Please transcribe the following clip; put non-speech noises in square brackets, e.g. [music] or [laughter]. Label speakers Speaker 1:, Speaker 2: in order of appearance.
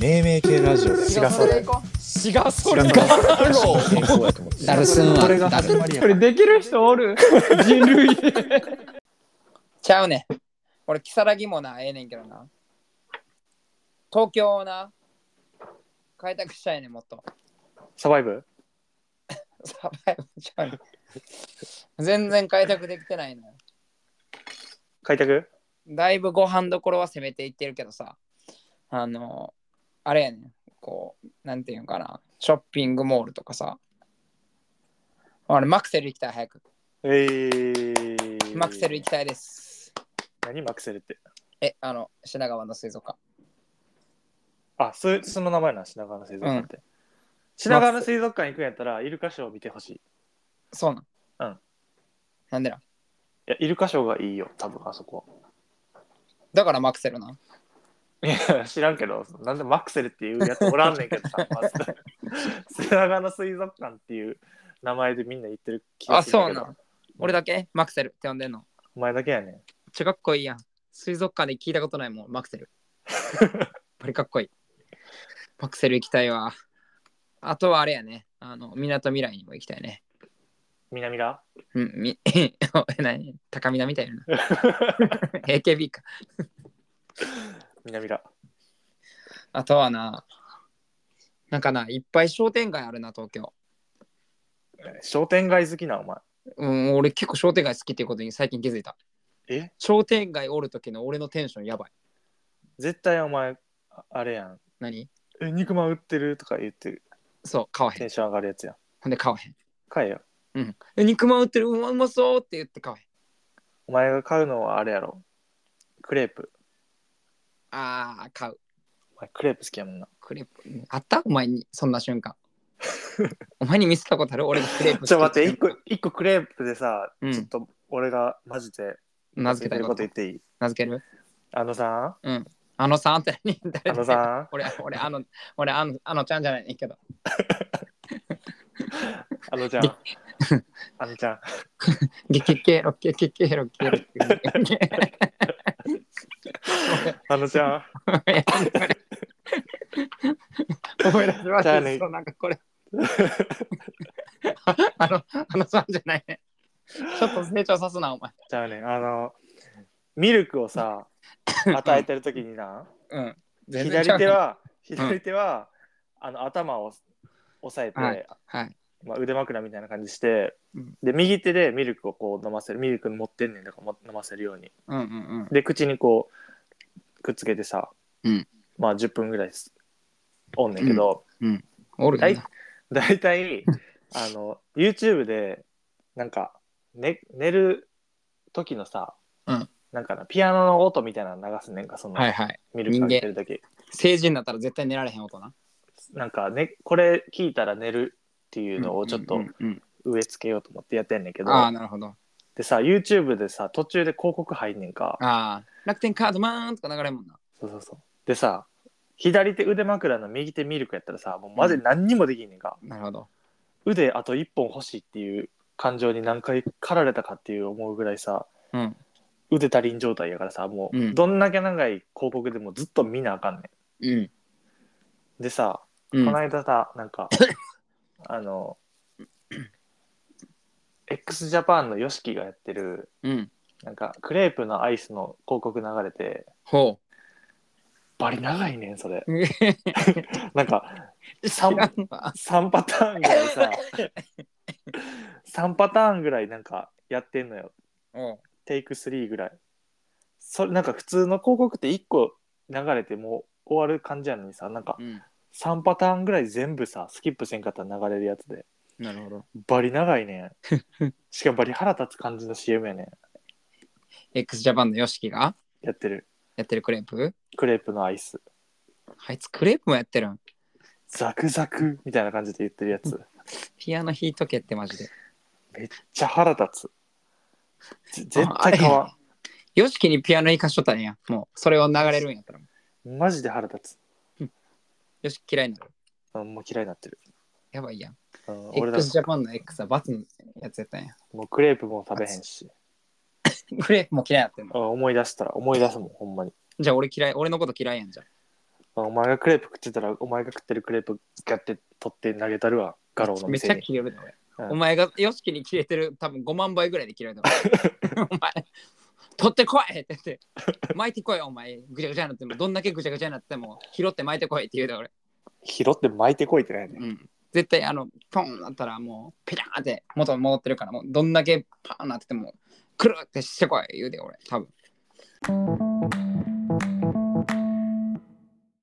Speaker 1: 命名系ラジオだよ
Speaker 2: 違うそれ行こ
Speaker 3: 違うそれ
Speaker 1: 違う
Speaker 3: か
Speaker 1: 健康やと思って
Speaker 4: ダルスンは
Speaker 1: これが
Speaker 4: ダ
Speaker 1: 始
Speaker 4: ル
Speaker 1: まりや
Speaker 3: これできる人おる人類
Speaker 2: ちゃうねん俺キサラギもなええねんけどな東京をな開拓したいねんもっと
Speaker 3: サバイブ
Speaker 2: サバイブちゃうねん全然開拓できてないのよ
Speaker 3: 開拓
Speaker 2: だいぶご飯どころは攻めていってるけどさあのあれやねんこうなんていうんかなショッピングモールとかさあれマクセル行きたい早く
Speaker 3: えー、
Speaker 2: マクセル行きたいです
Speaker 3: 何マクセルって
Speaker 2: えあの品川の水族館
Speaker 3: あそれその名前なん品川の水族館って、品川の水族館行くんやったらイルカショーを見てほしいい
Speaker 2: そうなん
Speaker 3: うん
Speaker 2: なんでなん
Speaker 3: やイルカショーがいいよ多分あそこ [laughs]
Speaker 2: だからマクセルなん
Speaker 3: いや知らんけどなんでマクセルっていうやつおらんねんけどさまず [laughs] 品川の水族館っていう名前でみんな言ってる気が
Speaker 2: あ
Speaker 3: するん
Speaker 2: そう
Speaker 3: けど
Speaker 2: なん俺だけマクセルって呼んでんの
Speaker 3: お前だけやねん
Speaker 2: ちょかっこいいやん水族館で聞いたことないもんマクセ [laughs] ルこれかっこいいマクセル行きたいわあとはあれやねあの港未来にも行きたいね
Speaker 3: 南が
Speaker 2: うんみ [laughs] 何高みなみたいな AKB か
Speaker 3: [laughs] 南が
Speaker 2: あとはななんかないっぱい商店街あるな東京
Speaker 3: 商店街好きなお前
Speaker 2: うん俺結構商店街好きっていうことに最近気づいた
Speaker 3: え
Speaker 2: 商店街おる時の俺のテンションやばい
Speaker 3: 絶対お前ああれやん
Speaker 2: 何
Speaker 3: え肉まん売ってるとか言って
Speaker 2: そう買わへ
Speaker 3: テ
Speaker 2: ん
Speaker 3: ンション上がるやつやん
Speaker 2: ほんで買わへん
Speaker 3: 買えよ
Speaker 2: え肉まん売ってるうまうまそうって言って買わへん
Speaker 3: お前が買うのはあれやろクレープ
Speaker 2: あー買う
Speaker 3: お前クレープ好きやもんな
Speaker 2: クレープあったお前にそんな瞬
Speaker 3: [laughs]
Speaker 2: 間お前に見せたことある俺がクレープ
Speaker 3: ちょ待って一個一個クレープでさ、
Speaker 2: うん
Speaker 3: ちょっと俺がマジで
Speaker 2: 名付けたい
Speaker 3: る
Speaker 2: こ
Speaker 3: こと
Speaker 2: と
Speaker 3: 言っていい
Speaker 2: 名付ける
Speaker 3: あのさ
Speaker 2: あのさんって何
Speaker 3: あ
Speaker 2: 誰
Speaker 3: のさ
Speaker 2: [laughs] 俺俺あの俺あのあのちゃんじゃないねんけど
Speaker 3: あの
Speaker 2: [laughs]
Speaker 3: ちゃん
Speaker 2: で
Speaker 3: あのちゃん
Speaker 2: 激ケロ激ケロ激
Speaker 3: [laughs]
Speaker 2: ケロ激ケロ
Speaker 3: あのちゃん
Speaker 2: [laughs] 思い出しまし
Speaker 3: じゃあ
Speaker 2: た
Speaker 3: ね
Speaker 2: そうなんかこれあ [laughs] あのあのさんじゃないねちょっと成長さすなお前
Speaker 3: じゃあねあのミルクをさ与えてる時にな
Speaker 2: うん全然ちゃう
Speaker 3: 左手
Speaker 2: ね
Speaker 3: は左手は、あの頭を押さえて、
Speaker 2: はいはい
Speaker 3: まあ、腕枕みたいな感じして、
Speaker 2: うん
Speaker 3: で右手でミルクをこう飲ませるミルク持ってんねんだからも飲ませるように
Speaker 2: うんうん
Speaker 3: で口にこうくっつけてさ、
Speaker 2: うん
Speaker 3: まあ10分ぐらいすおんねんけど、
Speaker 2: うんおるよ
Speaker 3: 大
Speaker 2: な
Speaker 3: だいた
Speaker 2: [laughs]
Speaker 3: いあの YouTube でなんか、ね、寝る時のさ、
Speaker 2: うん
Speaker 3: なんかなピアノの音みたいなの流すねんかその、
Speaker 2: はいはい
Speaker 3: ミルクかけてる時
Speaker 2: 成人だったら絶対寝られへん音な。
Speaker 3: なんか、ね、これ聞いたら寝るっていうのをちょっ
Speaker 2: う
Speaker 3: と
Speaker 2: んうんうん
Speaker 3: 植え付けようと思ってやってんねんけど、
Speaker 2: ああ、なるほど。
Speaker 3: でさ YouTube でさ途中で広告入んねんか
Speaker 2: ああ、楽天カードマーンとか流れるもんな。
Speaker 3: そうそうそうでさ左手腕枕の右手ミルクやったらさもうマジで何にもできんねんか、
Speaker 2: なるほど。
Speaker 3: 腕あと1本欲しいっていう感情に何回駆られたかっていう思うぐらいさ
Speaker 2: うん。
Speaker 3: 腕足りん状態やからさも
Speaker 2: う
Speaker 3: うんどんだけ長い広告でもずっと見なあかんね
Speaker 2: うん。
Speaker 3: んでさ
Speaker 2: うん
Speaker 3: この間さな
Speaker 2: [coughs]
Speaker 3: んかあの x ジャパンの YOSHIKI がやってる
Speaker 2: うん。
Speaker 3: なんかクレープのアイスの広告流れて
Speaker 2: ほ
Speaker 3: バリ長いねんそれ
Speaker 2: う。
Speaker 3: [laughs] なんか
Speaker 2: [laughs]
Speaker 3: 3,
Speaker 2: あ
Speaker 3: 三パターンぐらいさ3パターンぐらいなんかやってんのよ
Speaker 2: おう
Speaker 3: テイク3ぐらいそれなんか普通の広告って1個流れてもう終わる感じやのにさなんか
Speaker 2: うん。
Speaker 3: 3パターンぐらい全部さスキップせんかったら流れるやつで
Speaker 2: なるほど。
Speaker 3: バリ長いねんしかもバリ腹立つ感じの CM やねん
Speaker 2: x ジャパンの YOSHIKI が
Speaker 3: やってる
Speaker 2: やってるクレープ
Speaker 3: クレープのアイス
Speaker 2: あいつクレープもやってるん。
Speaker 3: ザクザクみたいな感じで言ってるやつ
Speaker 2: ピアノ弾いとけってマジで。
Speaker 3: めっちゃ腹立つぜ絶対買わん
Speaker 2: YOSHIKI にピアノ行かしとったんや。もう、それを流れるんやったら。
Speaker 3: マジで腹立つ。
Speaker 2: YOSHIKI 嫌いになる。
Speaker 3: うんもう嫌いになってる。
Speaker 2: やばいやん。
Speaker 3: うん俺だ
Speaker 2: x ジャパンの X はバツのやつやったんや。
Speaker 3: もうクレープも食べへんし。
Speaker 2: クレープも嫌いやってん
Speaker 3: う
Speaker 2: の。
Speaker 3: ん思い出したら思い出すもん、ほんまに。
Speaker 2: じゃあ俺嫌い、俺のこと嫌いやんじゃん。
Speaker 3: お前がクレープ食ってたら、お前が食ってるクレープガッて取って投げたるわ、ガローの
Speaker 2: めっ
Speaker 3: 店
Speaker 2: ちゃ
Speaker 3: に。
Speaker 2: 切れるの俺
Speaker 3: うん
Speaker 2: お前がヨシキに切れてる多分5万倍ぐらいで切れるの
Speaker 3: [laughs]
Speaker 2: お前取ってこいって言って巻いてこいお前ぐちゃぐちゃになってもどんだけぐちゃぐちゃになっても拾って巻いてこいって言うで俺、
Speaker 3: 拾って巻いてこいってないね
Speaker 2: う。ん、絶対あのポンなったらもうピラーって元に戻ってるからもうどんだけパーンなっててもくるってしてこい言うで俺多分